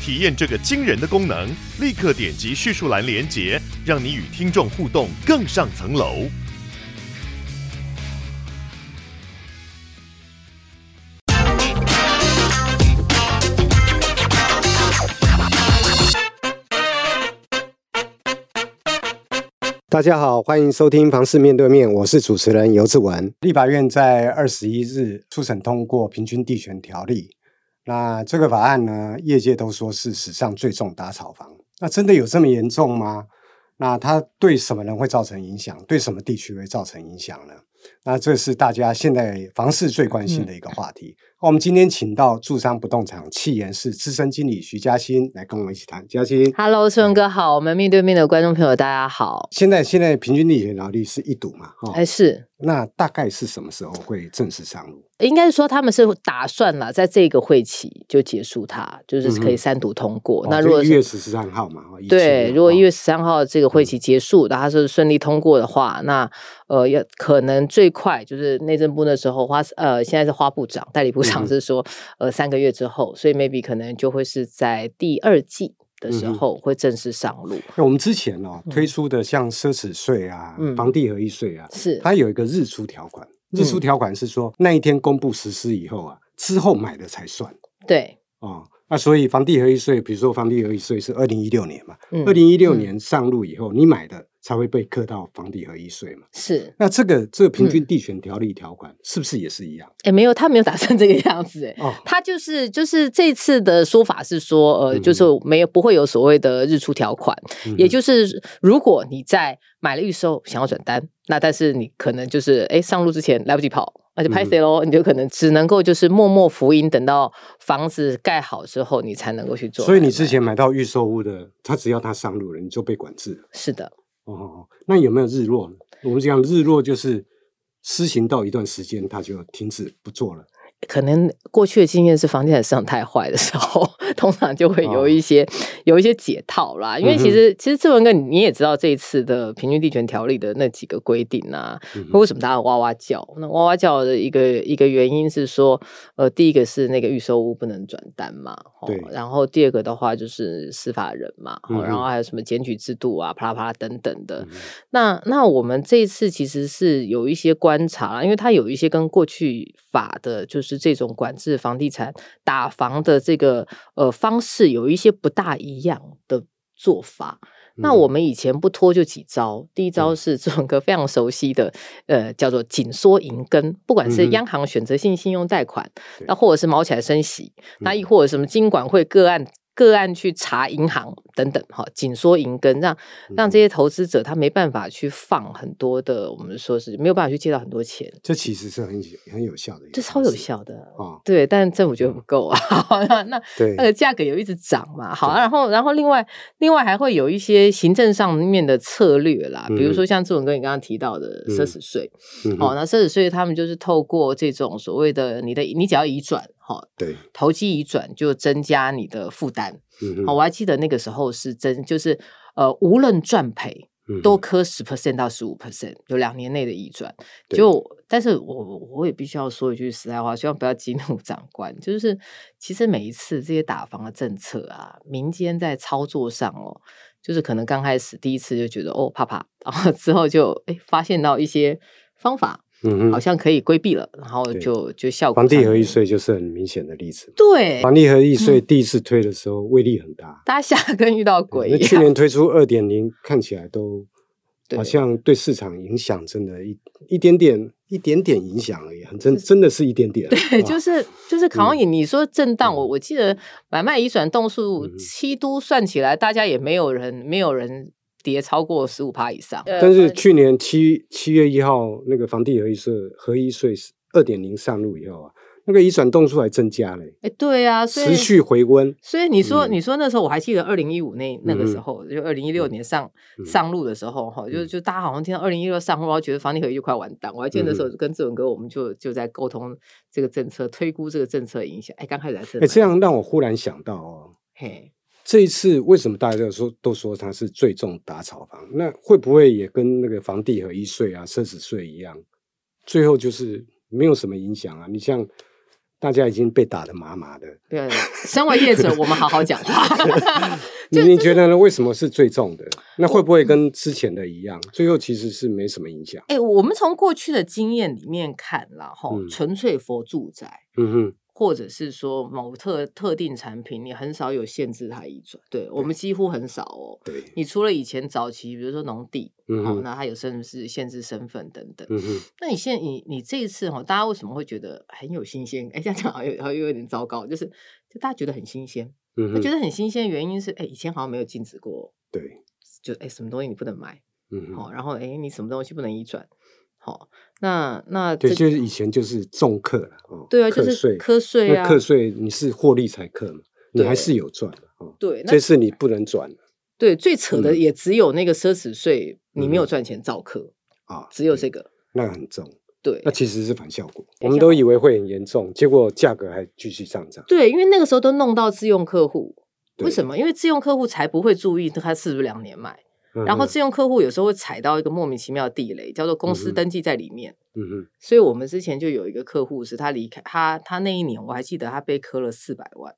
体验这个惊人的功能，立刻点击叙述栏连接，让你与听众互动更上层楼。大家好，欢迎收听《房市面对面》，我是主持人游志文。立法院在二十一日初审通过《平均地权条例》，那这个法案呢，业界都说是史上最重打炒房。那真的有这么严重吗？那它对什么人会造成影响？对什么地区会造成影响呢？那这是大家现在房市最关心的一个话题。那我们今天请到住商不动产气研室资深经理徐嘉欣来跟我们一起谈。嘉欣 Hello，春哥好，我们面对面的观众朋友大家好。现在现在平均地权条例是一堵嘛？哦哈、还是那大概是什么时候会正式上路？应该是说他们是打算啦，在这个会期就结束它，就是可以嗯哼三读通过。哦那如果就一是月十三号嘛，哦对，如果一， 17月十三号这个嗯会期结束，然后它是顺利通过的话，那呃，要可能最快就是内政部那时候花呃，现在是花部长、代理部嗯长哼是说、呃三个月之后，所以 maybe 可能就会是在第二季的时嗯哼候会正式上路。那我们之前哦嗯推出的像奢侈税啊、嗯房地合一税啊，是，它有一个日出条款。日出嗯条款是说那一天公布实施以后啊，之后买的才算对，哦。那所以房地合一税，比如说房地合一税是二零一六年嘛，嗯二零一六年上路以后，你买的才会被课到房地合一税嘛。是，那这个这个嗯平均地权条例条款是不是也是一样？哎，没有，他没有打算这个样子，哎，哦，他就是就是这次的说法是说，呃，嗯就是没有不会有所谓的日出条款，也就是如果你在买了预售想要转单，那但是你可能就是哎上路之前来不及跑。那就拍谁嗯喽？你就可能只能够就是默默福音，等到房子盖好之后，你才能够去做买卖。所以你之前买到预售屋的，它只要它上路了，你就被管制了。是的，哦，那有没有日落呢？我们讲日落就是施行到一段时间，它就停止不做了。可能过去的经验是房地产市场太坏的时候， 通常就会哦嗯有一些、有一些解套啦。因为其实、其实志文哥你你也知道这一次的平均地权条例的那几个规定啊，嗯为什么大家哇哇叫？那哇哇叫的一个一个原因是说，呃，第一个是那个预售屋不能转单嘛，哦对然后第二个的话就是司法人嘛，嗯哦哼然后还有什么检举制度啊、啪啦啪啦等等的。嗯那那我们这一次其实是有一些观察啦，因为它有一些跟过去法的，就是这种管制房地产打房的这个呃方式有一些不大一样的做法。那我们以前不拖就几招，第一招嗯是这种个非常熟悉的，呃，叫做紧缩银根，不管是嗯哼央行选择性信用贷款，对那或者是毛起来升息，那嗯亦或者什么金管会个案个案去查银行等等，哈，紧缩银根，让嗯让这些投资者他没办法去放很多的，我们说是没有办法去借到很多钱，这其实是很有很有效的一个方式，这超有效的。啊、对，但政府觉得不够啊， 那那对那，个价格有一直涨嘛，好，啊对然后然后另外另外还会有一些行政上面的策略啦，比如嗯说像志文哥你刚刚提到的奢侈税，嗯好、哼那奢侈税他们就是透过这种所谓的你的你只要移转，好、对，投机移转就增加你的负担，嗯好、我还记得那个时候是增就是呃无论赚赔嗯哼都科十 percent 到十五 percent，有两年内的移转。对就但是我我也必须要说一句实在话，希望不要激怒长官。就是其实每一次这些打房的政策啊，民间在操作上哦，就是可能刚开始第一次就觉得哦怕怕，然后之后就哎发现到一些方法嗯哼好像可以规避了，然后对就就效果房地上合一面税就是很明显的例子。对。房地合一税第一次推的时候威力很大，大家下跟遇到鬼一那样，去年推出二点零，看起来都啊对好像对市场影响真的一，一点点，一点点影响而已，很真真的是一点点。对， 哇就是就是考上你，你说震荡，我嗯我记得买卖移转动数嗯七都算起来，大家也没有人没有人跌超过十五趴以上。但是去年七七月一号那个房地合一税合一税二点零上路以后啊，那个移转动数还增加了、哎，对啊，所以持续回温。所以你说，嗯你说那时候我还记得二零一五那那个时嗯候，就二零一六年上、嗯上路的时候哈，就就大家好像听到二零一六上路，然后觉得房地合一就快完蛋。我还记得那嗯时候跟志文哥，我们就就在沟通这个政策，推估这个政策影响。哎，刚开始还是哎，这样让我忽然想到哦，嘿，这一次为什么大家都说都说它是最重打炒房？那会不会也跟那个房地合一税啊、奢侈税一样，最后就是没有什么影响啊？你像大家已经被打得麻麻的，对，啊身为业者，我们好好讲 话。你你觉得呢？为什么是最重的？那会不会跟之前的一样，最后其实是没什么影响？哎、我们从过去的经验里面看啦，哈，嗯纯粹佛住宅。嗯哼，或者是说某特特定产品，你很少有限制它移转，对我们几乎很少哦。对，你除了以前早期，比如说农地，嗯哦哼，那它有甚至是限制身份等等。嗯哼，那你现在你你这一次哈、哦，大家为什么会觉得很有新鲜？哎，这样讲好像有好像有点糟糕，就是就大家觉得很新鲜，嗯那觉哼，得很新鲜的原因是，哎，以前好像没有禁止过，对，就哎什么东西你不能买，嗯好、哼，然后哎你什么东西不能移转，好、那那对，这就是以前就是重课了，哦，对啊，就课是税，课税啊那，课税你是获利才课嘛，你还对是有赚的哦。对，那这次你不能转了对，最扯的嗯也只有那个奢侈税，你没有嗯赚钱造课，啊，只有对这个。那个很重，对那其实是反效果。反我们效都果以为会很严重，结果价格还继续上涨。对，因为那个时候都弄到自用客户，为对什么？因为自用客户才不会注意他是不是两年买，然后嗯哼自用客户有时候会踩到一个莫名其妙的地雷，叫做公司嗯哼登记在里面。嗯哼，所以我们之前就有一个客户是他离开他，他那一年我还记得他被磕了四百万，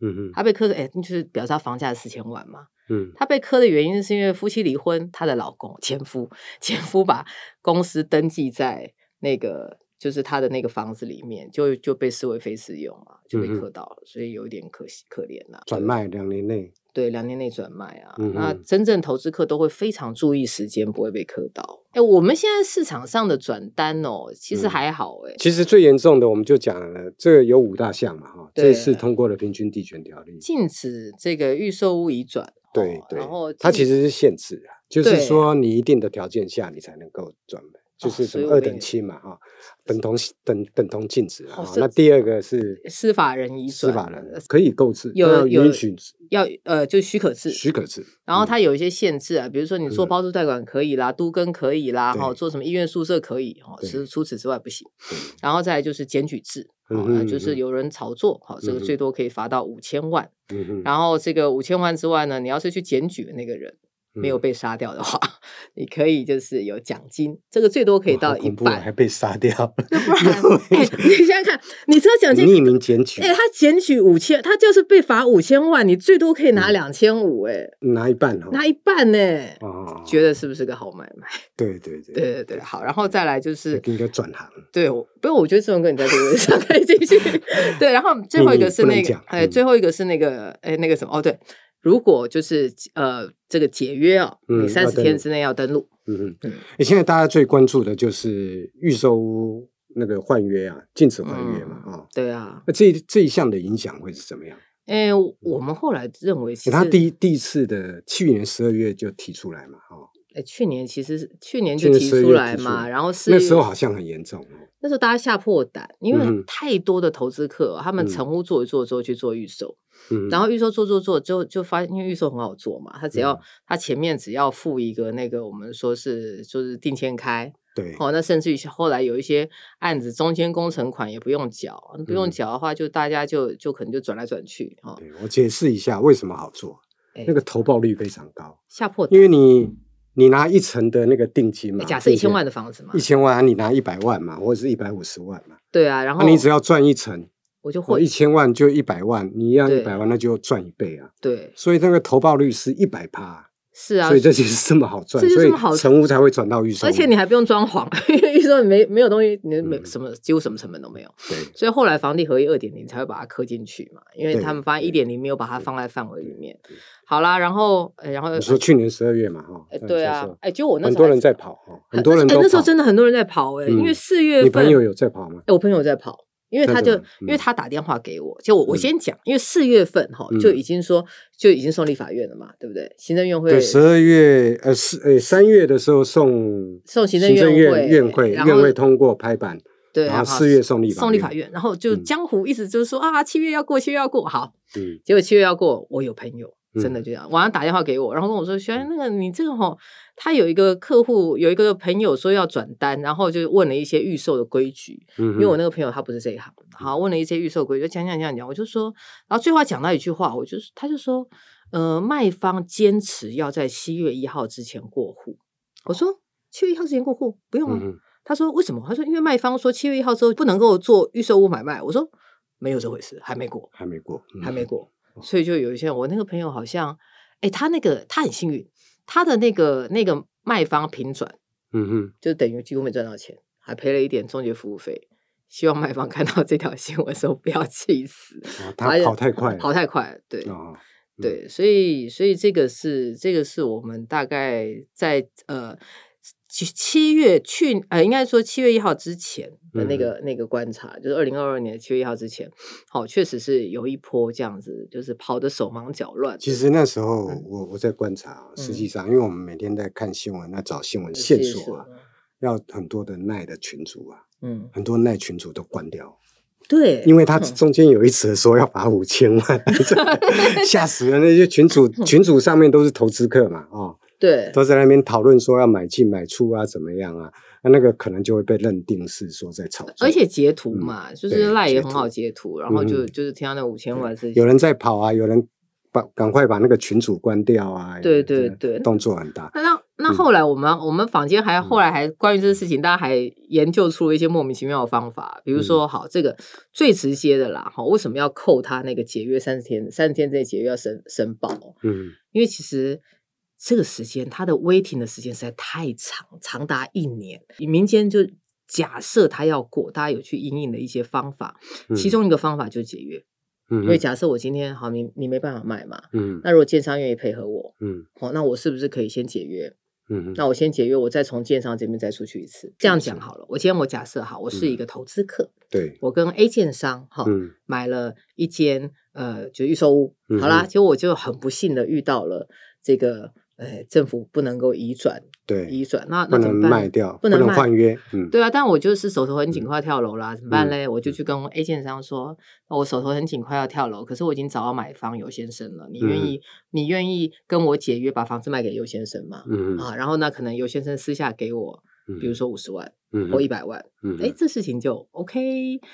嗯哼，他被磕的哎，就是表示他房价四千万嘛。嗯他被磕的原因是因为夫妻离婚，她的老公前夫前夫把公司登记在那个就是他的那个房子里面，就就被视为非适用嘛，就被嗯哼磕到了，所以有一点可惜可怜啦、转卖两年内，对，两年内转卖啊，嗯那哼真正投资客都会非常注意时间，不会被磕到。哎，我们现在市场上的转单哦，其实嗯还好哎、其实最严重的我们就讲了，这个有五大项嘛哈，对啊这次通过了平均地权条例，禁止这个预售屋移转。对哦对然后，它其禁实是限制啊，就是对说你一定的条件下你才能够转卖，就哦是什所以么我二跟等你亲嘛哈，等同等等同禁止啊哦哈。是那第二个是司法人移司转，法人可以购置，有但要有允许要呃，就许可制，许可制，然后嗯它有一些限制啊，比如说你做嗯包租代管可以啦，都更可以啦，哈，对做什么医院宿舍可以，哈，对除除此之外不行。对然后再来就是检举制，哦，嗯哼就嗯是哼有人炒作，好，这个嗯哼最多可以罚到五千万。嗯哼然后这个五千万之外呢，你要是去检举的那个人没有嗯被杀掉的话，你可以就是有奖金，这个最多可以哇好到一恐怖啊 半还。被杀掉，不然，哎，你想想看，你这个奖金匿名检举哎、，他检举五千，他就是被罚五千万，你最多可以拿嗯两千五，哎，拿一半哈，哦拿一半呢、啊，觉得是不是个好买卖？ 对对对对对对，好，然后再来就是，应该转行，对，我不过我觉得志文哥你在这个位置上可以继续。 对，然后最后一个是你那不能个讲，哎，嗯最后一个是那个，哎，那个什么，哦，对，如果就是呃这个解约哦，嗯你三要十登天录之内要登录，嗯嗯嗯，诶现在大家最关注的就是预售屋那个换约啊，禁止换约嘛，啊、嗯对啊，那这一这一项的影响会是怎么样？哎，我们后来认为其实哎他第一第一次的去年十二月就提出来嘛，哦，哎去年其实是去年去就年提12出月来提出嘛，来然后是那时候好像很严重哦，那时候大家吓破胆，嗯因为哼太多的投资客、哦他嗯们成屋做一做之后去做预售，嗯，然后预售做做做，就就发现，因为预售很好做嘛，它只要、嗯它前面只要付一个那个我们说是就是定签开对，哦，那甚至于后来有一些案子中间工程款也不用缴，不用嗯缴的话，就大家就就可能就转来转去哦哈，对我解释一下为什么好做，哎那个投报率非常高，吓破胆因为你你拿一成的那个定金嘛，哎假设对一不对千万的房子嘛一，千万、啊，你拿一百万嘛，或者是一百五十万嘛，对啊，然那、后你只要赚一成，我就或会一千万就一百万，你一样对一百万，那就赚一倍啊。对所以那个投报率是一百趴，是啊所以，这就是这么好赚，这就所这以么好赚成屋才会转到预售屋。而且你还不用装潢， 因为预售你没没有东西，你没嗯什么几乎什么成本都没有。对所以后来房地合一二点零才会把它刻进去嘛，因为对他们发现一对点零没有把它放在范围里对面。对好啦，然后呃然后你说去年十二月嘛，哈，呃那对就啊是，哎，就我那很时候多还人在是跑，哦很多人哎都那时候跑真的很多人在跑哎，因为嗯四月你份朋友有在跑吗？哎，我朋友在跑。因为那他怎就么，因为嗯他打电话给我，就我嗯我先讲，因为四月份哈就嗯已经说就已经送立法院了嘛，对不对？行政院会对，十二月呃四呃三月的时候送送行政行政院院院会会然院后会通过拍板，对，然后好四月送立法送立法院院，然后就嗯江湖一直就是说、啊，七月要过，七月要过，好，嗯结果七月要过，我有朋友嗯真的就这样，晚上打电话给我，然后跟我说：“轩，那个你这个吼，他有一个客户，有一个朋友说要转单，然后就问了一些预售的规矩，嗯，因为我那个朋友他不是这一行，好问了一些预售规矩，就讲讲讲讲，我就说，然后最后他讲到一句话，我就是他就说，呃，卖方坚持要在七月一号之前过户，哦我说七月一号之前过户不用啊，嗯他说为什么？他说因为卖方说七月一号之后不能够做预售屋买卖，我说没有这回事，还没过。”还没过，嗯还没过，所以就有一些人我那个朋友好像，哎，他那个他很幸运，他的那个那个卖方平转，嗯哼，就等于几乎没赚到钱，还赔了一点中介服务费。希望卖方看到这条新闻的时候不要气死，哦他跑太快了，跑太快了，对、哦，嗯对，所以所以这个是这个是我们大概在呃七七月去呃应该说七月一号之前的嗯那个、那个观察，就是二零二二年七月一号之前，好、确实是有一波这样子，就是跑得手忙脚乱的。其实那时候嗯我我在观察，啊实嗯呃际上因为我们每天在看新闻，要找新闻线索啊，，要很多的耐的群主啊，嗯，很多耐群主都关掉，对，因为他嗯中间有一则说要罚五千 万， 吓死人！那些群主群主上面都是投资客嘛，哦，嗯对都在那边讨论说要买进买出啊，怎么样啊？那那个可能就会被认定是说在炒作，而且截图嗯嘛，就对是赖也截很图好截图，然后就嗯就是听到那五千万是有人在跑啊，有人把赶快把那个群主关掉啊，对有人对对动作很大，那那那嗯后来我们、我们坊间还后来还关于这个事情，大家还研究出了一些莫名其妙的方法，比如嗯说、好这个最直接的啦，哈，为什么要扣他那个解约三十天？三十天之内解约要申申报，嗯因为其实。这个时间，他的 waiting 的时间实在太长，长达一年。民间就假设他要过，大家有去应应的一些方法，嗯其中一个方法就是解约。嗯因为假设我今天好，你你没办法卖嘛，嗯那如果建商愿意配合我，嗯好、那我是不是可以先解约？嗯那我先解约，我再从建商这边再出去一次。这样讲好了，我今天我假设好，我是一个投资客，对，我跟 A 建商哈、嗯买了一间呃就预售屋，嗯好啦，哼结果我就很不幸的遇到了这个呃政府不能够移转对，移转，那不那怎能么办？卖掉，不不能能卖换约，嗯对啊，但我就是手头很紧，快要跳楼啦，怎么办嗯嘞？我就去跟 A 建商说，我手头很紧，快要跳楼，可是我已经找到买方尤先生了，你愿嗯意、你愿意跟我解约，把房子卖给尤先生吗？嗯啊，然后呢，可能尤先生私下给我，比如说五十万或一百万，嗯哎、这事情就 OK。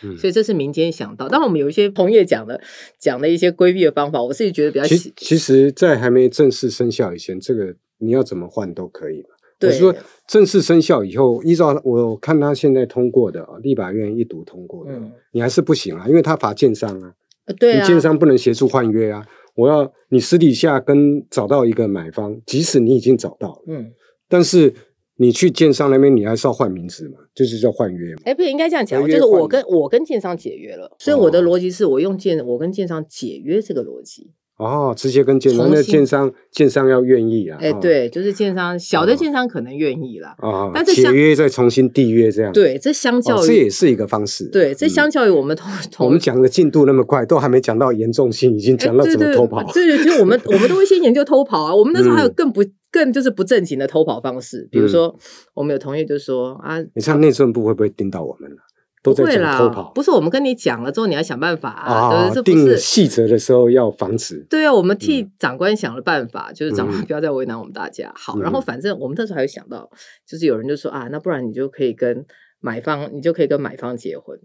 嗯所以这是民间想到，当然我们有一些同业讲的讲的一些规避的方法，我自己觉得比较其喜其实，在还没正式生效以前，这个你要怎么换都可以嘛。我对是说，正式生效以后，依照我看他现在通过的啊，立法院一读通过的，嗯你还是不行啊，因为他罚建商啊，呃对你啊，建商不能协助换约啊。我要你私底下跟找到一个买方，即使你已经找到了，嗯，但是你去建商那边，你还是要换名字嘛，就是叫换约嘛。哎，不应该这样讲，合就约是我换跟我跟建商解约了，所以我的哦逻辑是我用建我跟建商解约这个逻辑。哦，直接跟建商，重那新建商建商要愿意啊。哎，哦，对，就是建商小的哦建商可能愿意啦，啊、但这解像约再重新缔约这样。对，这相较哦，这也于是一个方式。对，嗯这哦相较于我们同我同们讲的进度那么快，都还没讲到严重性，已经哎讲到对怎么对偷跑。对对，就我们我们都会先研究偷跑啊。我们那时候还有嗯更不更就是不正经的偷跑方式，比如嗯说我们有同业就说啊，你像内政部会不会盯到我们了？啊都不在会讲啦偷跑，不是我们跟你讲了之后你要想办法啊，啊对，这，不定是细则的时候要防止。对啊，我们替长官想了办法，就是长官嗯不要再为难我们大家。好，然后嗯反正我们那时候还有想到，就是有人就说啊，那不然你就可以跟买方，你就可以跟买方结婚，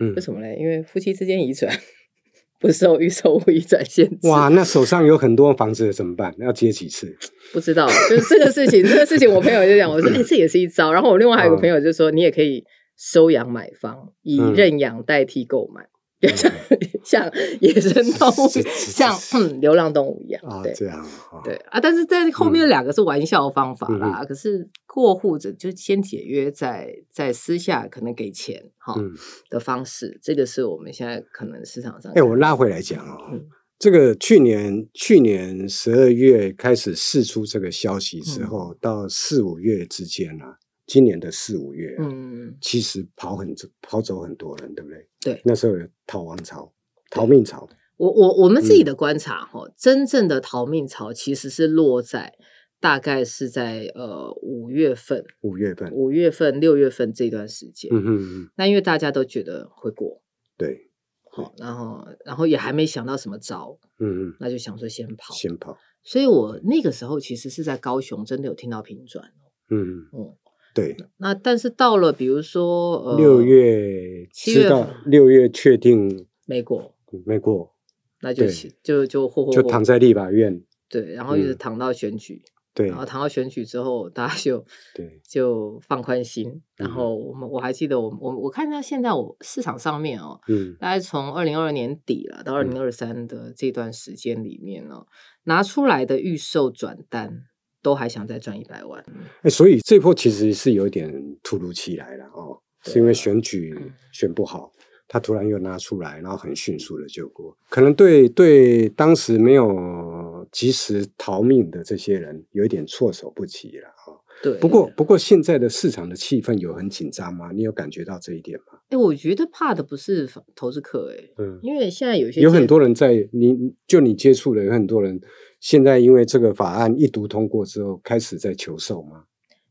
嗯为，什么嘞？因为夫妻之间遗传 不受预售物遗转限制。哇，，那手上有很多房子怎么办？要接几次？不知道，就是这个事情，这个事情我朋友就讲，我说哎、这也是一招。然后我另外还有个朋友就说，你也可以收养买方，以嗯认养代替购买。就像 像野生动物是是，是 像嗯流浪动物一样，啊对，，这样啊，对啊，但是在后面嗯两个是玩笑方法嗯啦。可是过户者就先解约再，再私下可能给钱哈、嗯，的方式，这个是我们现在可能市场上哎，我拉回来讲哦嗯，这个去年去年十二月开始释出这个消息之后，嗯到四五月之间啊，今年的四五月啊，嗯其实跑很跑走很多人，对不对？对那时候有逃亡潮、逃命潮，嗯我我我们自己的观察哈、真正的逃命潮其实是落在大概是在呃五月份、五月份，五月份、六月份这段时间。嗯哼嗯，那因为大家都觉得会过，对，好，然后然后也还没想到什么招，嗯嗯，那就想说先跑。先跑，所以我那个时候其实是在高雄，真的有听到平转。嗯嗯，对，那但是到了比如说呃六月七月知道份六月确定美国，没过，那就对起就就霍霍就霍躺在立法院，对，然后一直嗯躺到选举，对然后躺到选举之后，大家就对，就放宽心。嗯然后我们我还记得我我我看到现在我市场上面哦，嗯大概从二零二二年底了到二零二三的这段时间里面呢、拿出来的预售转单都还想再赚一百万。哎，所以这波其实是有点突如其来了哦，对是因为啊选举嗯选不好，他突然又拿出来，然后很迅速的就过，可能对对当时没有及时逃命的这些人有一点措手不及了哦。对，不过不过现在的市场的气氛有很紧张吗？你有感觉到这一点吗？哎，我觉得怕的不是房投资客，哎，嗯。因为现在有些有很借多人在你就你接触的有很多人，现在因为这个法案一读通过之后，开始在求售吗？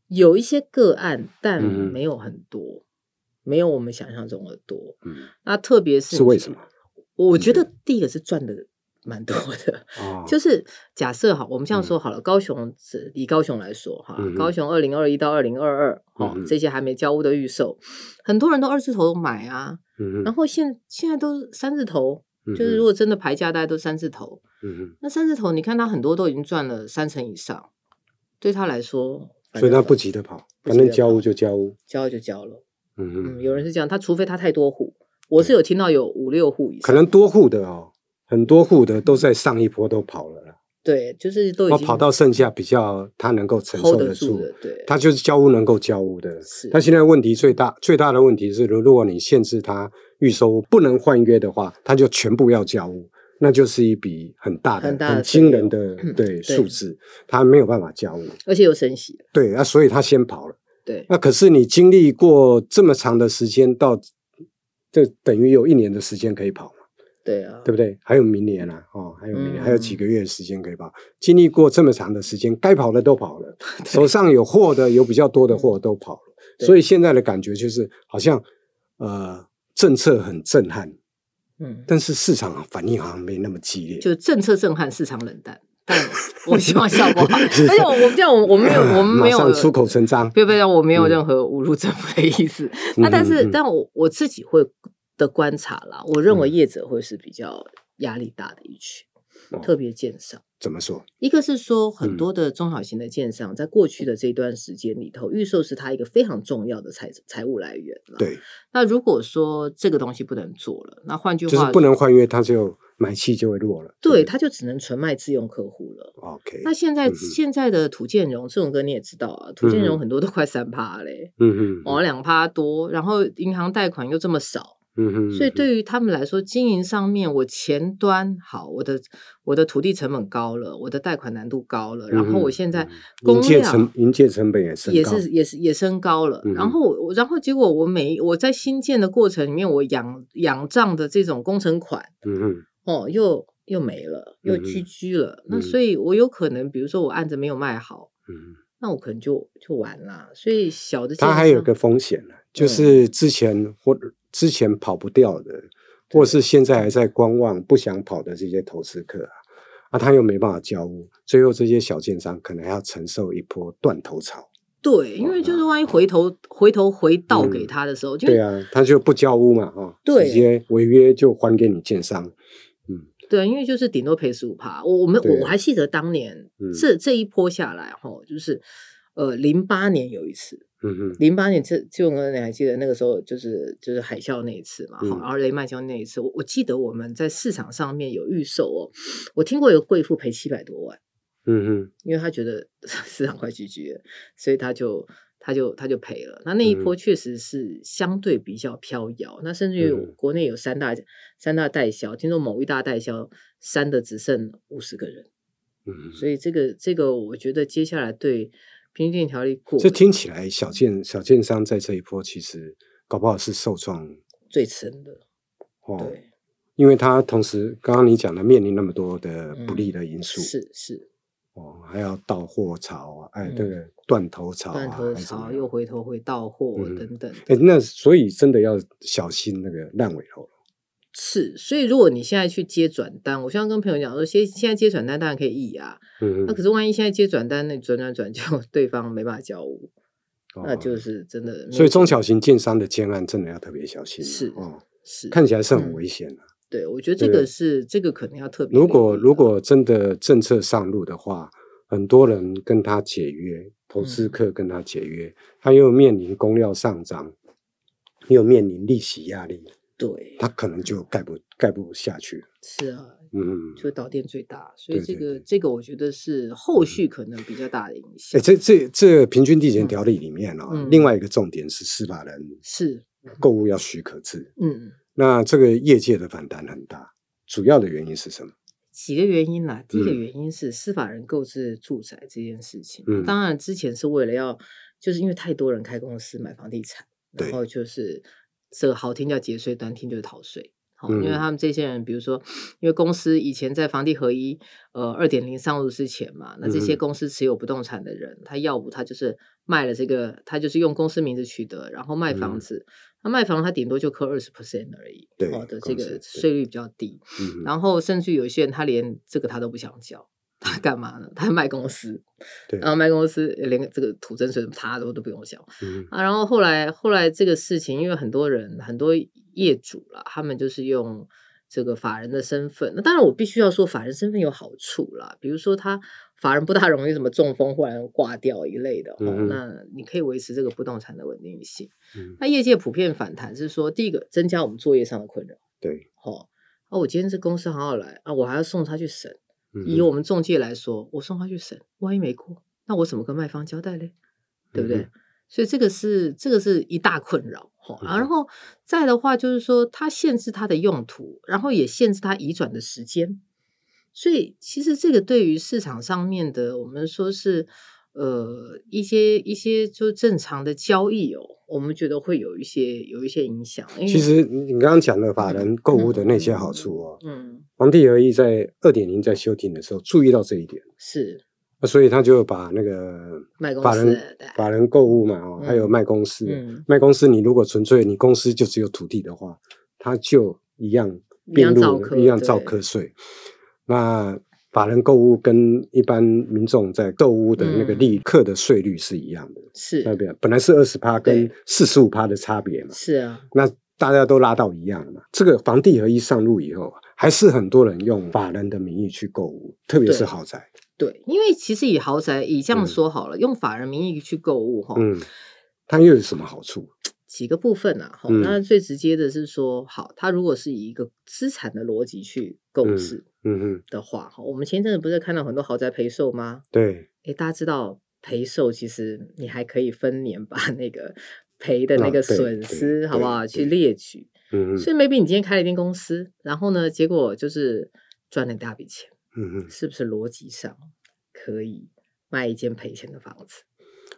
有一些个案，但嗯哼没有很多，没有我们想象中的多。嗯，那特别是是为什么？嗯我你觉觉得第一个是赚的蛮多的，哦，就是假设好，我们这嗯样说好了，高雄只以高雄来说哈，嗯哼高雄二零二一到二零二二哦嗯哼，这些还没交屋的预售，很多人都二字头买啊，嗯然哼后现现在都是三字头，嗯就是如果真的牌价大家都三字头，嗯哼那三字头你看他很多都已经赚了三成以上，对他来说，反所以正他不急着跑，不反急正着交屋跑就交屋。交就交了。嗯嗯，哼，有人是这样，他除非他太多户，我是有听到有五六户以上，可能多户的哦，很多户的都在上一波都跑了啦，对，就是都已我哦经跑到剩下比较他能够承受 hold 得得住，的，对，他就是交屋能够交屋的。是他现在问题最大最大的问题是，如如果你限制他预收不能换约的话，他就全部要交屋。那就是一笔很大的、很大的惊费人用的嗯对对数字，他没有办法交屋，而且有升息，对啊，所以他先跑了。对，那可是你经历过这么长的时间，到这等于有一年的时间可以跑嘛，对啊，对不对？还有明年啊，哦，还有明年、还有嗯几个月的时间可以跑。经历过这么长的时间，该跑的都跑 了，手上有货的有比较多的货都跑了，对所以现在的感觉就是好像呃政策很震撼，嗯，但是市场反应好像没那么激烈。 就政策震撼，市场冷淡，但我希望效果 好，而且我我们这样，我我们没有，我们没马上有出口成章，不要不要，我没有嗯任何侮辱政府的意思，那但是嗯嗯嗯但我我自己会的观察啦，我认为嗯业者会是比较压力大的一群，哦特别鉴赏。怎么说？一个是说，嗯很多的中小型的建商，在过去的这段时间里头，预售是它一个非常重要的财财务来源了。，对，那如果说这个东西不能做了，那换句就话是不能换约，它就买气就会弱了。对，不它就只能纯卖自用客户了。 OK，那现在、嗯哼现在的土建融，志勇哥你也知道啊，土建嗯哼融很多都快三趴嘞，嗯嗯，哦两趴多，然后银行贷款又这么少，嗯哼，所以对于他们来说，经营上面我前端好，我的我的土地成本高了，我的贷款难度高了，然后我现在嗯工银界量成银界成本也升也高是也是也升高了。嗯然后我然后结果我每我在新建的过程里面，我仰仰仗的这种工程款嗯哼哦，又又没了，又嗯居居了。嗯那所以我有可能，比如说我案子没有卖好，嗯哼，那我可能就就完了。所以小的它建还有商个风险呢，就嗯是之前或之前跑不掉的，或是现在还在观望不想跑的这些投资客啊，啊，他又没办法交屋，最后这些小建商可能还要承受一波断头潮。哦对，因为就是万一回头回头回到给他的时候，嗯就对啊，他就不交屋嘛，哈，对直接违约就还给你建商。对，因为就是顶多赔十五趴。我我们对啊我还记得当年、嗯这这一波下来哈，就是呃零八年有一次，嗯哼，零八年这这勇哥你还记得那个时候就是就是海啸那一次嘛，嗯好，然后雷曼交那一次，我我记得我们在市场上面有预售哦，我听过有贵妇赔七百多万，嗯哼，因为他觉得 市场快 GG 了，所以他就。他就他就赔了，那那一波嗯确实是相对比较飘摇，那甚至于嗯国内有三大三大代销，听说某一大代销删的只剩五十个人，嗯哼。所以这个这个我觉得接下来对平均条例过这听起来小建小建商在这一波其实搞不好是受创最深的，哦，对，因为他同时刚刚你讲的面临那么多的不利的因素、嗯是是，哦，还有倒货潮啊，哎，嗯对不对？断头潮、啊，断头还是怎么潮样又回头会到货嗯等等的哎，那所以真的要小心那个烂尾楼。是，所以如果你现在去接转单，我像跟朋友讲说，现现在接转单当然可以议啊，嗯，那可是万一现在接转单，那你转转 转就对方没办法交屋，哦那就是真的没有。所以中小型建商的建案真的要特别小心啊，是哦，是看起来是很嗯危险的、对，我觉得这对个是这个可能要特别留如意的。果如果真的政策上路的话，很多人跟他解约，投资嗯客跟他解约，他又面临工料上涨，又面临利息压力，对，他可能就盖不盖不下去了。是啊，嗯，就导电最大，所以对这对个对这个我觉得是后续可能比较大的影哎、响。这这这平均地权嗯条例里面啊、嗯另外一个重点是司法人是，购物要许可制，嗯，那这个业界的反弹很大，主要的原因是什么？几个原因啦。第一个嗯原因是司法人购置住宅这件事情，嗯当然之前是为了要，就是因为太多人开公司买房地产，然对后就是这个好听叫节税，难听就是逃税。好，因为嗯他们这些人，比如说，因为公司以前在房地合一，呃，二点零上路之前嘛，那这些嗯公司持有不动产的人，他要不他就是卖了这个，他就是用公司名字取得，然后卖嗯房子，那卖房他顶多就扣二十 percent 而已，对哦的这公司个对税率比较低，嗯哼，然后甚至有一些人他连这个他都不想交，他干嘛呢？他卖公司， 对，然后卖公司连这个土增税他都都不用交嗯啊。然后后来后来这个事情，因为很多人很多业主啦，他们就是用这个法人的身份。那当然我必须要说，法人身份有好处啦，比如说他法人不大容易什么中风忽然挂掉一类的、哦，嗯哼那你可以维持这个不动产的稳定性。嗯，那业界普遍反弹是说，第一个增加我们作业上的困扰。对，哦，啊，我今天这公司好好来啊，我还要送他去审。嗯以我们中介来说，我送他去审，万一没过，那我怎么跟卖方交代嘞？对不对？嗯所以这个是这个是一大困扰哈、哦嗯啊然后再的话就是说，它限制它的用途，然后也限制它移转的时间。所以其实这个对于市场上面的，我们说是呃一些一些就正常的交易哦，我们觉得会有一些有一些影响。因为其实你刚刚讲的法人购物的那些好处哦，嗯皇帝而已在二点零在修订的时候注意到这一点，是那所以他就把那个卖公法司人的法人购物嘛，哦，还有嗯卖公司，嗯卖公司你如果纯粹你公司就只有土地的话，他就一样一并样照入课一样照对课税。那法人购物跟一般民众在购物的那个嗯利课的税率是一样的，是那边本来是二十趴跟对四十五趴的差别嘛，是啊，那大家都拉到一样嘛。这个房地合一上路以后啊，还是很多人用法人的名义去购物，特别是对豪宅。对，因为其实以豪宅以这样嗯说好了，用法人名义去购物哈，嗯，它又有什么好处？几个部分啊，哈，嗯那最直接的是说，好，他如果是以一个资产的逻辑去购置嗯哼，的话，哈，我们前一阵子不是看到很多豪宅陪售吗？对，诶，大家知道陪售其实你还可以分年 把那个赔的那啊个对损对失，好不对好去对列举？嗯所哼，以 maybe 你今天开了一间公司，然后呢，结果就是赚了一大笔钱。嗯哼。是不是逻辑上可以卖一间赔钱的房子？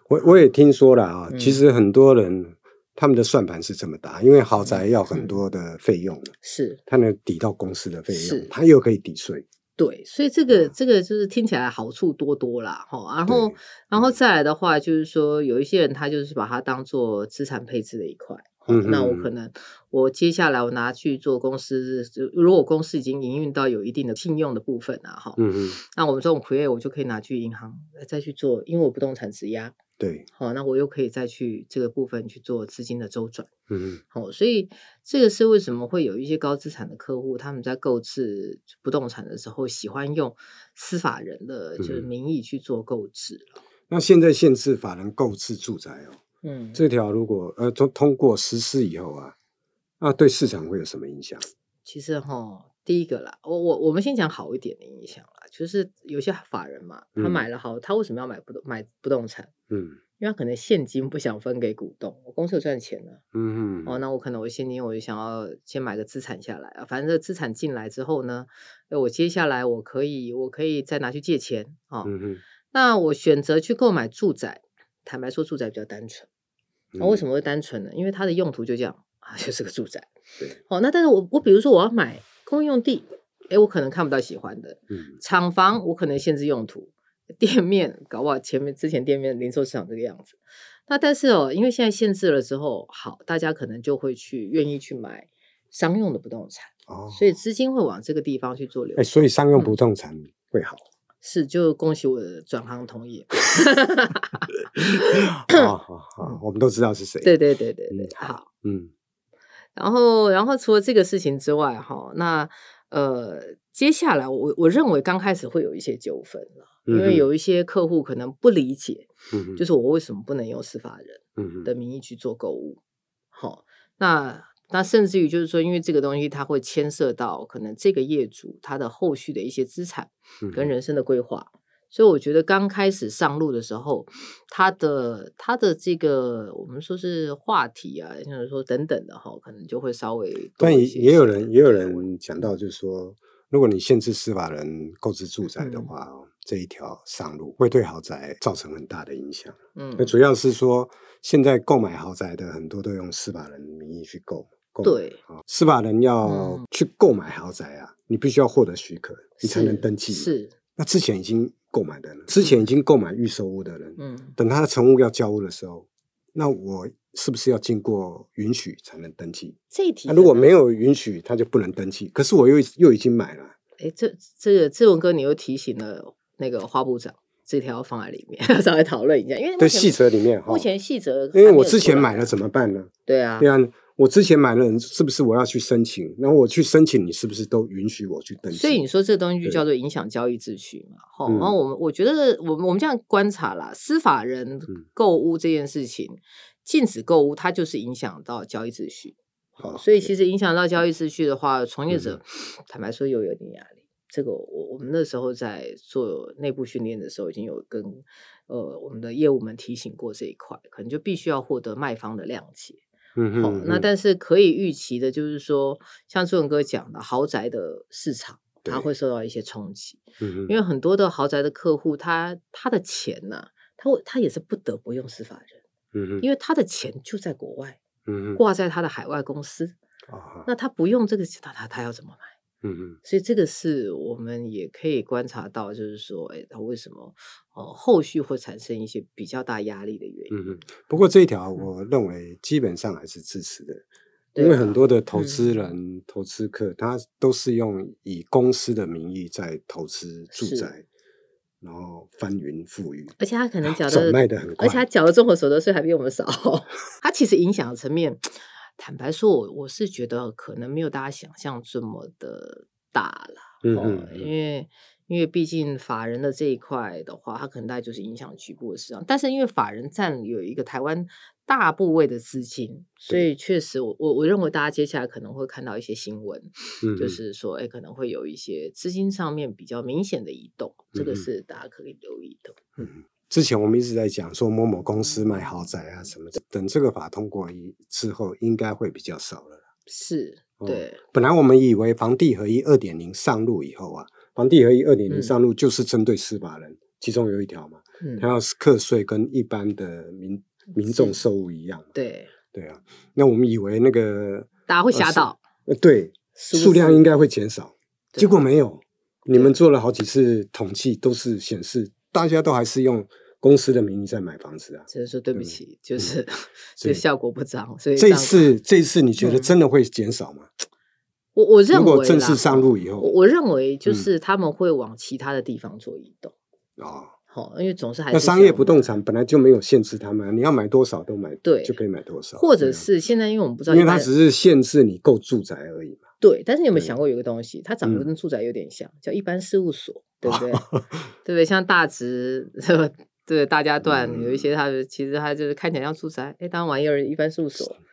我我也听说了啊，嗯其实很多人他们的算盘是这么打，因为豪宅要嗯很多的费用，是它能抵到公司的费是用，它又可以抵税。对，所以这个嗯这个就是听起来好处多多啦，哈。然后哦对嗯然后再来的话，就是说有一些人他就是把它当做资产配置的一块。吼嗯那我嗯可能，我接下来我拿去做公司，就如果公司已经营运到有一定的信用的部分啊，哈，嗯嗯，那我们这种 create 我就可以拿去银行呃再去做，因为我不动产质押，对，好，那我又可以再去这个部分去做资金的周转。嗯哦，所以这个是为什么会有一些高资产的客户，他们在购置不动产的时候，喜欢用司法人的就是嗯名义去做购置了。那现在限制法人购置住宅哦，嗯，这条如果呃通通过实施以后啊，那对市场会有什么影响？其实哈，第一个啦，我我我们先讲好一点的影响啦，就是有些法人嘛，他嗯买了好，他为什么要买不动买不动产？嗯因为他可能现金不想分给股东，我公司有赚钱呢、嗯哦，嗯，那我可能我现金我就想要先买个资产下来啊，反正这个资产进来之后呢，呃我接下来我可以我可以再拿去借钱啊，哦嗯哼，那我选择去购买住宅，坦白说，住宅比较单纯。那、为什么？么会单纯呢？因为它的用途就这样啊，就是个住宅 对。哦，那但是我我比如说我要买公用地，诶，我可能看不到喜欢的嗯厂房，我可能限制用途。店面，搞不好前面之前店面零售市场这个样子。那但是哦，因为现在限制了之后，好，大家可能就会去愿意去买商用的不动产，哦，所以嗯资金会往这个地方去做流哎，动。所以商用不动产会 好。是，就恭喜我的转行同业。哦好好好，我们都知道是谁。对，对对对对嗯，好。嗯，然后，然后除了这个事情之外，哈，那呃，接下来我我认为刚开始会有一些纠纷了，因嗯哼为有一些客户可能不理解，嗯哼就是我为什么不能用司法人嗯哼的名义去做购物？好，那那甚至于就是说，因为这个东西它会牵涉到可能这个业主他的后续的一些资产嗯哼跟人生的规划。所以我觉得刚开始上路的时候，他的他的这个我们说是话题啊，就是说等等的哈，可能就会稍微多但也一些也有些人也有对人讲到，就是说，如果你限制司法人购置住宅嗯的话，哦这一条上路会对豪宅造成很大的影响。嗯那主要是说，现在购买豪宅的很多都用司法人名义去购。购买对啊，司法人要嗯去购买豪宅啊，你必须要获得许可，你才能是登记。，是那之前已经购买的人，之前已经购买预售屋的人，嗯等他的成屋要交屋的时候，那我是不是要经过允许才能登记？这一题那如果可能没有允许，他就不能登记。可是我又又已经买了，哎，这这个志文哥，你又提醒了那个花部长，这条要放在里面， 稍微讨论一下，因为目对前细则里面哈目，前细则还因没为有我之前出来买了怎么办呢？对啊对，啊，我之前买了，是不是我要去申请？然后我去申请，你是不是都允许我去登记？所以你说这东西就对叫做影响交易秩序嘛？吼，嗯然后我们我觉得我们我们这样观察啦，司法人嗯购物这件事情，禁止购物，它就是影响到交易秩序。好，所以对其实影响到交易秩序的话，从业者嗯 坦白说又有点压力。这个我我们那时候在做内部训练的时候，已经有跟呃我们的业务们提醒过这一块，可能就必须要获得卖方的谅解。嗯好、哼，那嗯但是可以预期的就是说，像朱文哥讲的，豪宅的市场对它会受到一些冲击，嗯哼因为很多的豪宅的客户，他他的钱呐、他会他也是不得不用司法人，嗯哼因为他的钱就在国外，嗯哼挂在他的海外公司，啊那他不用这个钱，那他他要怎么买？嗯哼所以这个是我们也可以观察到，就是说，哎，他为什么呃后续会产生一些比较大压力的原因？嗯哼。不过这一条，我认为基本上还是支持的，对因为啊很多的投资嗯人、投资客，他都是用以公司的名义在投资住是宅，然后翻云覆雨，而且他可能缴转的卖得很快而且他缴的综合所得税还比我们少。 他其实影响的层面，坦白说，我我是觉得可能没有大家想象这么的大啦。嗯哦嗯，因为因为毕竟法人的这一块的话，它可能大概就是影响局部的市场，但是因为法人占有一个台湾大部位的资金，所对以确实我我我认为大家接下来可能会看到一些新闻，嗯就嗯是说，哎，可能会有一些资金上面比较明显的移动，这嗯个哼是大家可以留意的。之前我们一直在讲说某某公司卖豪宅啊什么的，等这个法通过一之后，应该会比较少了啦。是，哦对，本来我们以为房地合一二点零上路以后啊，房地合一二点零嗯上路就是针对司法人，其中有一条嘛，它嗯，要课税跟一般的民民众是收入一样嘛。对，对啊，那我们以为那个大家会吓是到，呃对是不数量是应该会减少，对结果没有。你们做了好几次统计，都是显示大家都还是用公司的名义在买房子啊。只能说对不嗯起，就是所以这效果不彰，所以这样次这次你觉得嗯真的会减少吗？我我认如为果正式啦上路以后，我我认为就嗯是他们会往其他的地方做移动，哦，好、因为总嗯是还那是商业想不动产本来就没有限制他们啊，你要买多少都买，对就可以买多少，或对者啊是现在因为我们不知道因一为它般只是限制你购住宅而已嘛。对，但是你有没有对想过有一个东西，它长得嗯跟住宅有点像，叫一般事务所，对 不对？对不对？像大直 对大家段、嗯有一些它的其实它就是看起来像住宅，哎，当然玩意儿一般事务所。嗯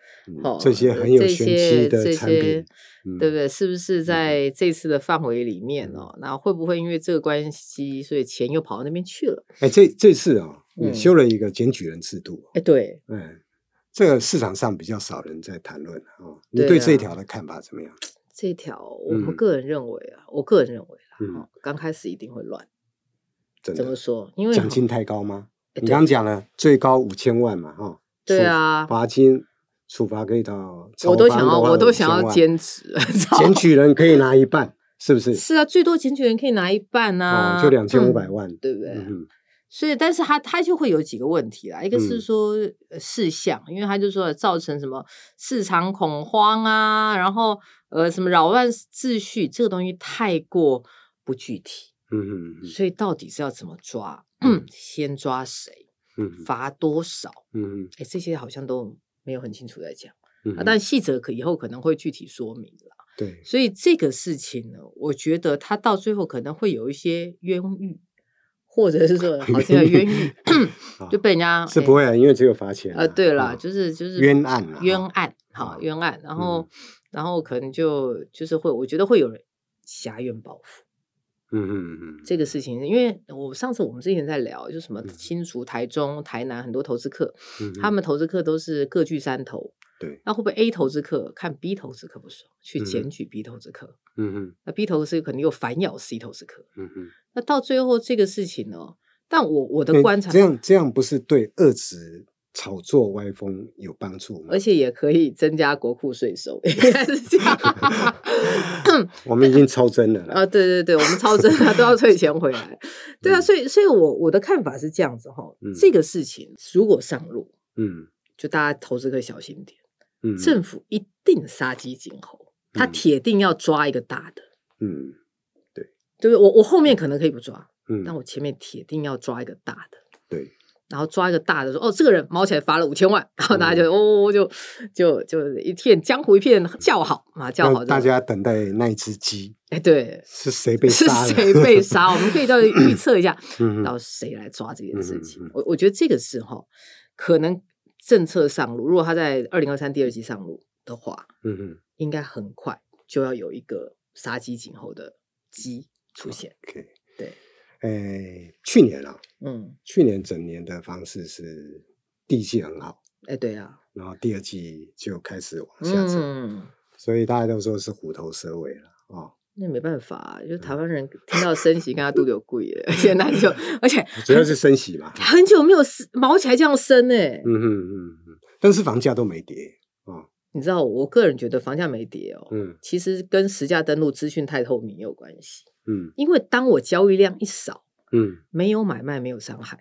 哦，这些很这有玄机些的这产品些，嗯对不对？是不是在这次的范围里面嗯哦？那会不会因为这个关系，所以钱又跑到那边去了？哎，这这次啊，也嗯修了一个检举人制度，哎，对，哎，这个市场上比较少人在谈论啊哦。你对对这一啊条的看法怎么样？这条我嗯们个人认为啊，我个人认为啦，嗯哦刚开始一定会乱。真怎么的，说？因为奖哈金太高吗？哎你刚刚讲了最高五千万嘛，哈，对处啊罚金处罚可以到，我都想要，我都想超要过5000万兼职， 检举人可以拿一半，是不是？是啊，最多检举人可以拿一半 啊，哦，就两千五百嗯，万。对不对？嗯哼，所以，但是他他就会有几个问题啦，一个是嗯说呃事项，因为他就说造成什么市场恐慌啊，然后呃什么扰乱秩序，这个东西太过不具体，嗯哼，所以到底是要怎么抓？嗯 先抓谁？嗯哼，罚多少？嗯哼，哎，这些好像都没有很清楚在讲嗯啊，哼，但细则可以后可能会具体说明啦。对，所以这个事情呢，我觉得他到最后可能会有一些冤狱，或者是说好像有冤狱啊就被人家是哎不会啊，因为只有罚钱啊。呃，对啦，啊就是就是冤案啊冤哈案，好啊冤案，然后、嗯然后可能就就是会，我觉得会有人挟怨报复嗯嗯嗯，这个事情，因为我上次我们之前在聊，就什么嗯新竹、台中、台南很多投资客，嗯他哼们投资客都是各据山头，对，那会不会 A 投资客看 B 投资客不爽，去嗯检举 B 投资客，嗯哼那 B 投资客可能又反咬 C 投资客，嗯哼，那到最后这个事情呢，但我我的那观察这，样这样不是对遏制炒作歪风有帮助吗而？且也可以增加国库税收，应该是这样。 我们已经超增了啦。啊，对对对，我们超增啊，都要退钱回来。对啊，嗯所以所以我我的看法是这样子哈、嗯这个事情如果上路，嗯就大家投资可以小心点，嗯，政府一定杀鸡儆猴，他嗯铁定要抓一个大的。嗯对不对？我我后面可能可以不抓，嗯，但我前面铁定要抓一个大的，对，然后抓一个大的说，哦，这个人毛起来罚了五千万，然后大嗯家就、哦就就就一片江湖一片叫好啊，叫让好这大个家等待那一只鸡哎对，是谁被是杀了？谁 被杀？我们可以到预测一下，嗯到哼？谁来抓这件事情嗯嗯嗯。我我觉得这个是哈，可能政策上路，如果他在二零二三第二季上路的话，嗯哼应该很快就要有一个杀鸡儆猴的鸡出现。 ，OK，对，哎，去年啊，嗯，去年整年的方式是第一季很好，哎，对啊，然后第二季就开始往下走，嗯，所以大家都说是虎头蛇尾了哦。那没办法啊，就是台湾人听到升息，跟他肚子有贵的，而且那 就而且主要是升息 嘛，很久没有升毛起来这样升哎，嗯哼嗯嗯，但是房价都没跌哦，你知道，我个人觉得房价没跌哦。嗯其实跟实价登录资讯太透明有关系。嗯因为当我交易量一少，嗯没有买卖，没有伤害。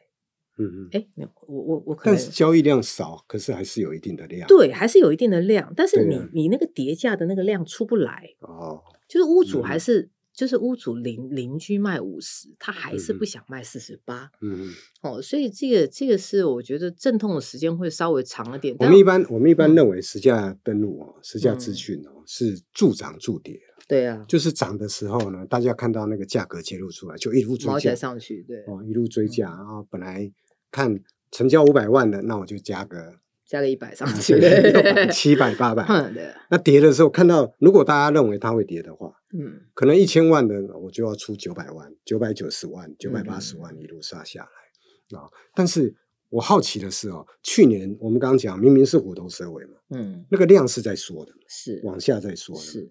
嗯嗯，哎，没有，我我我可但能是交易量少，可是还是有一定的量，对，还是有一定的量，但是对你、啊你那个叠价的那个量出不来，哦，就是屋主还嗯是、就是屋主邻邻居卖五十，他还是嗯不想卖四十八嗯，嗯哦，所以这个这个是我觉得阵痛的时间会稍微长了点。我但们一般我们一般认为实价登录哦，实价资嗯讯哦是助涨助跌，对啊，就是涨的时候呢，大家看到那个价格揭露出来，就一路追毛起来价，上去，对，哦，一路追嗯价，然后本来看成交五百万的，那我就加个加了一百啊上去，对，六七百八百， 嗯，对啊，那跌的时候看到，如果大家认为它会跌的话，嗯。可能一千万的我就要出九百万、九百九十万、九百八嗯十万一路杀下来啊、但是我好奇的是哦，去年我们刚刚讲明明是虎头蛇尾嘛，嗯，那个量是在缩的，是往下在缩的，是，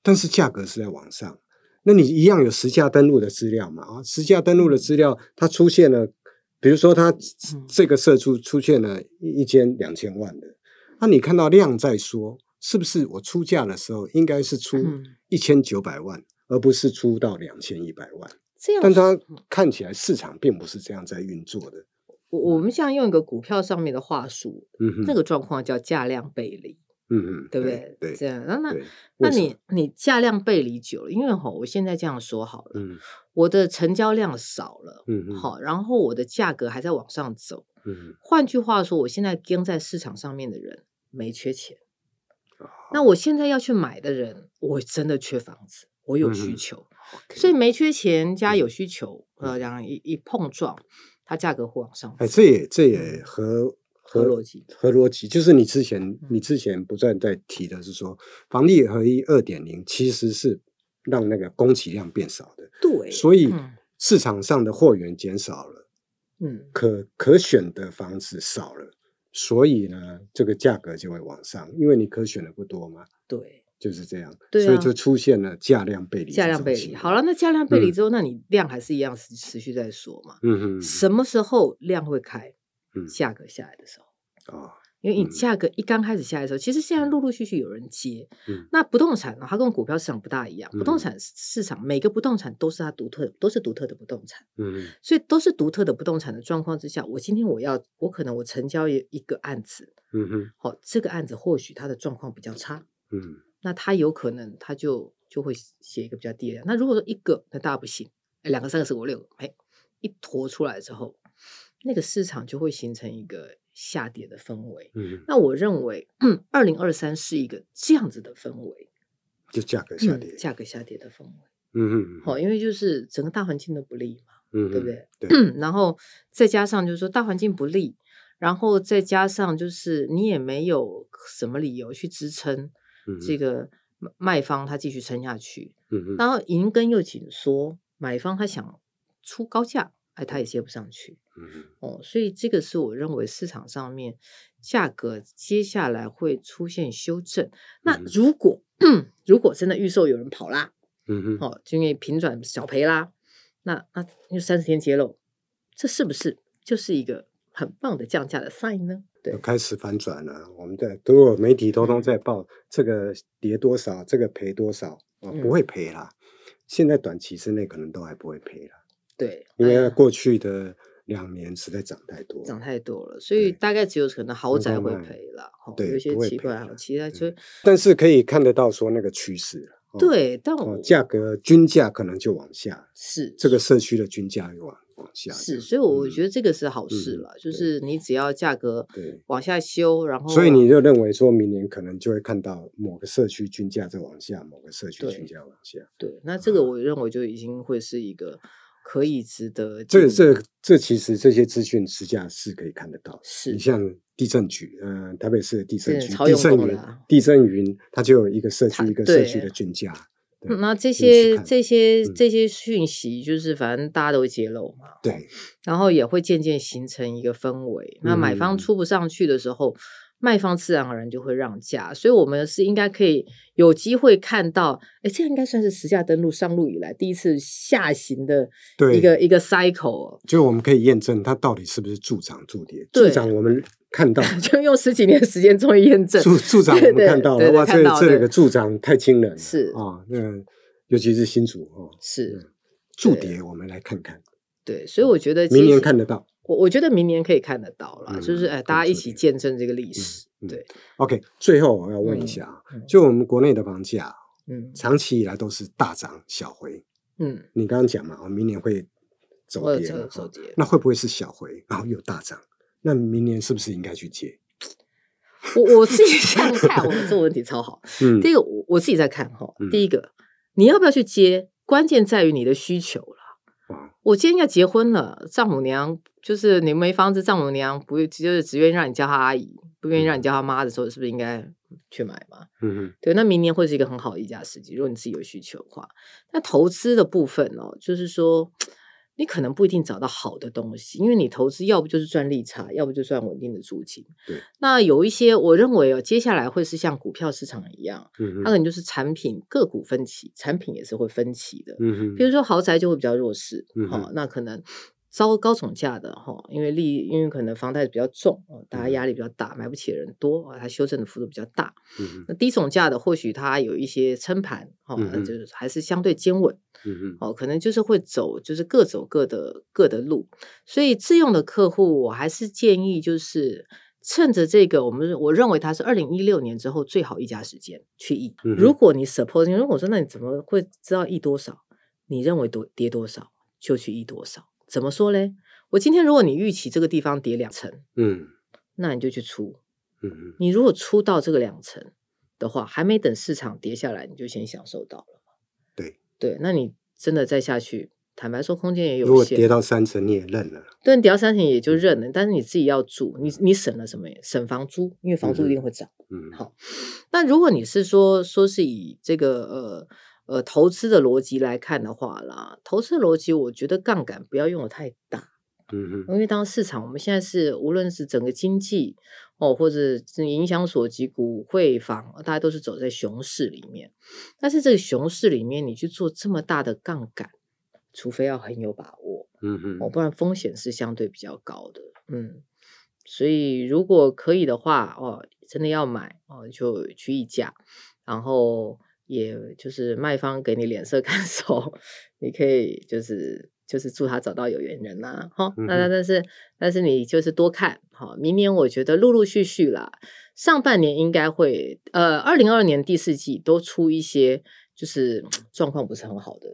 但是价格是在往上。那你一样有实价登录的资料嘛？啊，实价登录的资料它出现了，比如说它嗯这个社出出现了一一间两千万的，那你看到量在说，是不是我出价的时候应该是出嗯一千九百万，而不是出到两千一百万？这嗯样但它看起来市场并不是这样在运作的。我我们现在用一个股票上面的话术，嗯哼，那个状况叫价量背离，嗯嗯，对不对？这样，那那对那为什你你价量背离久了，因为吼，我现在这样说好了，嗯我的成交量少了，嗯嗯好，然后我的价格还在往上走。嗯换句话说，我现在跟在市场上面的人没缺钱，哦那我现在要去买的人，我真的缺房子，我有嗯需哼求。 ，OK 所以没缺钱加有需求，嗯呃，两个一一碰撞，它价格会往上哎，走这也这也合嗯合逻辑嗯合逻辑，就是你之前你之前不断在提的是说，房地合一二点零其实是让那个供给量变少的，对，所以嗯市场上的货源减少了，嗯，可可选的房子少了，所以呢，这个价格就会往上，因为你可选的不多嘛，对，就是这样，对所以啊就出现了价量背离，价量背离。好了，，那价量背离嗯之后，那你量还是一样持持续在说嘛？嗯哼，什么时候量会开？嗯价格下来的时候。啊，因为你价格一刚开始下来的时候，其实现在陆陆续续有人接。嗯那不动产呢，它跟股票市场不大一样，不动嗯产市场每个不动产都是它独特，都是独特的不动产。嗯所以都是独特的不动产的状况之下，我今天我要，我可能我成交一一个案子，嗯哼好、这个案子或许它的状况比较差，嗯那它有可能它就就会写一个比较低的量。那如果说一个，那大不行，哎两个、三个、四个、五六个，哎，一坨出来之后，那个市场就会形成一个下跌的氛围。嗯，那我认为， 二零二三是一个这样子的氛围，就价格下嗯跌，价格下跌的氛围。嗯嗯，好、因为就是整个大环境的不利嘛。嗯，对不对？对， 然后再加上就是说大环境不利，然后再加上就是你也没有什么理由去支撑这个，个卖卖方他继续撑下去，嗯然后银根又紧缩，买方他想出高价，哎，他也接不上去嗯哦，所以这个是我认为市场上面价格接下来会出现修正。那嗯如果如果真的预售有人跑啦，嗯嗯，哦，就因为平转小赔啦，那那因为三十天揭露，这是不是就是一个很棒的降价的 sign 呢？对又，开始反转了。我们的如果媒体通通在报这个跌多少，这个赔多少，啊，嗯不会赔啦。现在短期之内可能都还不会赔啦，对，因哎为呀过去的两年实在涨太多。涨太多了，所以对大概只有可能豪能宅够会卖赔了，哦对有一些不会奇赔哦怪，好了其他就但是可以看得到说那个趋势了。哦，对，但哦我价格均价可能就往下，是这个社区的均价又往往下这是，样。所以我觉得得这个是好事嗯了，对就是你只要价格对。往下修，然后所以你就认为说明年可能就会看到某个社区均价在往下，某个社区对均价往下。对，那这个嗯我认为就已经会是一个可以值得这进这这其实这些资讯实际上是可以看得到。是你像地震局，嗯、台北市的地震这局，超地用震功云的啊，地震云，它就有一个社区它一个社对区的均价。对嗯那这可以去些看这些嗯这些讯息，就是反正大家都会揭露嘛，对，然后也会渐渐形成一个氛围。那买方嗯出不上去的时候，卖方自然而然就会让价，所以我们是应该可以有机会看到，哎，这应该算是实价登录上路以来第一次下行的一对个一个 cycle，哦 就我们可以验证它到底是不是助涨助跌。助对涨我们看 到了，就用十几年的时间终于验证。助助涨我对们看到对了，对哇，看这到这对里的助涨太惊人了，是啊，那尤其是新竹哦，是助对跌我们来看看，对，所以我觉得明其年实看得到。我我觉得明年可以看得到啦，就是嗯哎，看大家一出起来见证这个历史，嗯对， OK，最后我要问一嗯下啊，嗯就我们国内的房价嗯长期以来都是大涨小回，嗯。你刚刚讲嘛，哦，明年会我走有跌走嘛，走哦跌那会不会是小回，然后又大涨？那明年是不是应该去接？我我自己 想看，我这个问题超好。嗯第一个，我我自己在看哈。嗯第一个，你要不要去接？关键在于你的需求了。啊，我今天要结婚了，丈母娘就是你没房子，丈母娘不就是只愿意让你叫她阿姨，不愿意让你叫她妈的时候，是不是应该去买嘛？嗯对，那明年会是一个很好的议价时机，如果你自己有需求的话。那投资的部分哦，就是说。你可能不一定找到好的东西，因为你投资要不就是赚利差，要不就赚稳定的租金。对，那有一些我认为哦，接下来会是像股票市场一样，嗯它可哼，能就是产品个股分歧，产品也是会分歧的。嗯比哼，如说豪宅就会比较弱势，嗯好、哼那可能招高总价的哈、因为利因为可能房贷比较重，哦大家嗯压力比较大，买不起的人多，啊，它修正的幅度比较大。嗯哼，那低总价的或许它有一些撑盘，哈、嗯那哼就是还是相对坚稳，嗯哼，哦，可能就是会走，就是各走各的各的路。所以自用的客户，我还是建议就是趁着这个，我们我认为它是二零一六年之后最好议价时间去议。如嗯哼果你 suppose，因为我说那你怎么会知道议多少？你认为多跌多少就去议多少。怎么说嘞？我今天如果你预期这个地方跌两成，嗯那你就去出。嗯哼，你如果出到这个两成的话，还没等市场跌下来，你就先享受到了。对对，那你真的再下去，坦白说，空间也有如限。果跌到三成你也认了，对，你跌到三成也就认了，但是你自己要住，你你省了什么？省房租，因为房租一定会涨。嗯，好那如果你是说说是以这个呃呃投资的逻辑来看的话啦，投资的逻辑，我觉得杠杆不要用的太大，嗯哼，因为当市场我们现在是无论是整个经济哦，或者是影响所及股汇房，大家都是走在熊市里面。但是这个熊市里面，你去做这么大的杠杆，除非要很有把握。嗯哼哦，，不然风险是相对比较高的。嗯，所以如果可以的话，哦，真的要买哦，就去议价，然后也就是卖方给你脸色 看守，你可以就是就是祝他找到有缘人啦、哈、嗯哼那那但是但是你就是多看，好、明年我觉得陆陆续续啦，上半年应该会，呃，二零二二年第四季都出一些就是嗯状况不是很好的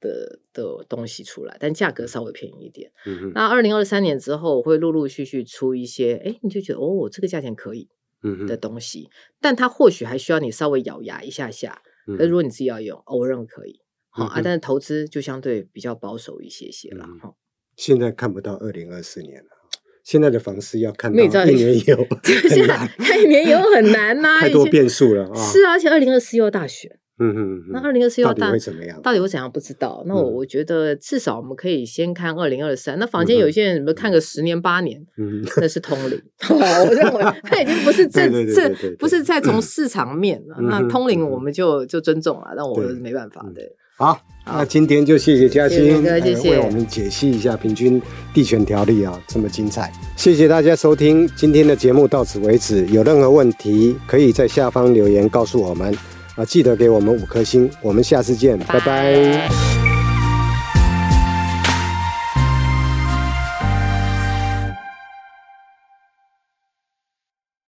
的的东西出来，但价格稍微便宜一点。嗯哼那二零二三年之后，我会陆陆续续出一些，哎，你就觉得哦，这个价钱可以嗯的哼东西，但它或许还需要你稍微咬牙一下下。嗯可是哼，如果你自己要用，哦我认为可以。好、嗯啊，哼但是投资就相对比较保守一些些啦。嗯哈、现在看不到二零二四年了，现在的房市要看没有到这一样年以后 很 现难在，看一年也很 难呐、太以多前变数了啊。是啊，而且二零二四又要大选，嗯哼，嗯那哼二零二四又到要底大会怎么样？到底会怎样不知道。那我嗯我觉得至少我们可以先看二零二三。那房间有嗯哼些人有没有看个十年 八年，嗯那是通灵。 我认为它已经不是 对正对对对对正，不对是在从市场面了。嗯那哼通灵我嗯们就就尊重了，但我对没办法嗯对。好，那今天就谢谢嘉谢谢欣，林哥呃谢谢为我们解析一下平均地权条例啊，这么精彩。谢谢大家收听今天的节目，到此为止。有任何问题可以在下方留言告诉我们啊，记得给我们五颗星。我们下次见，拜拜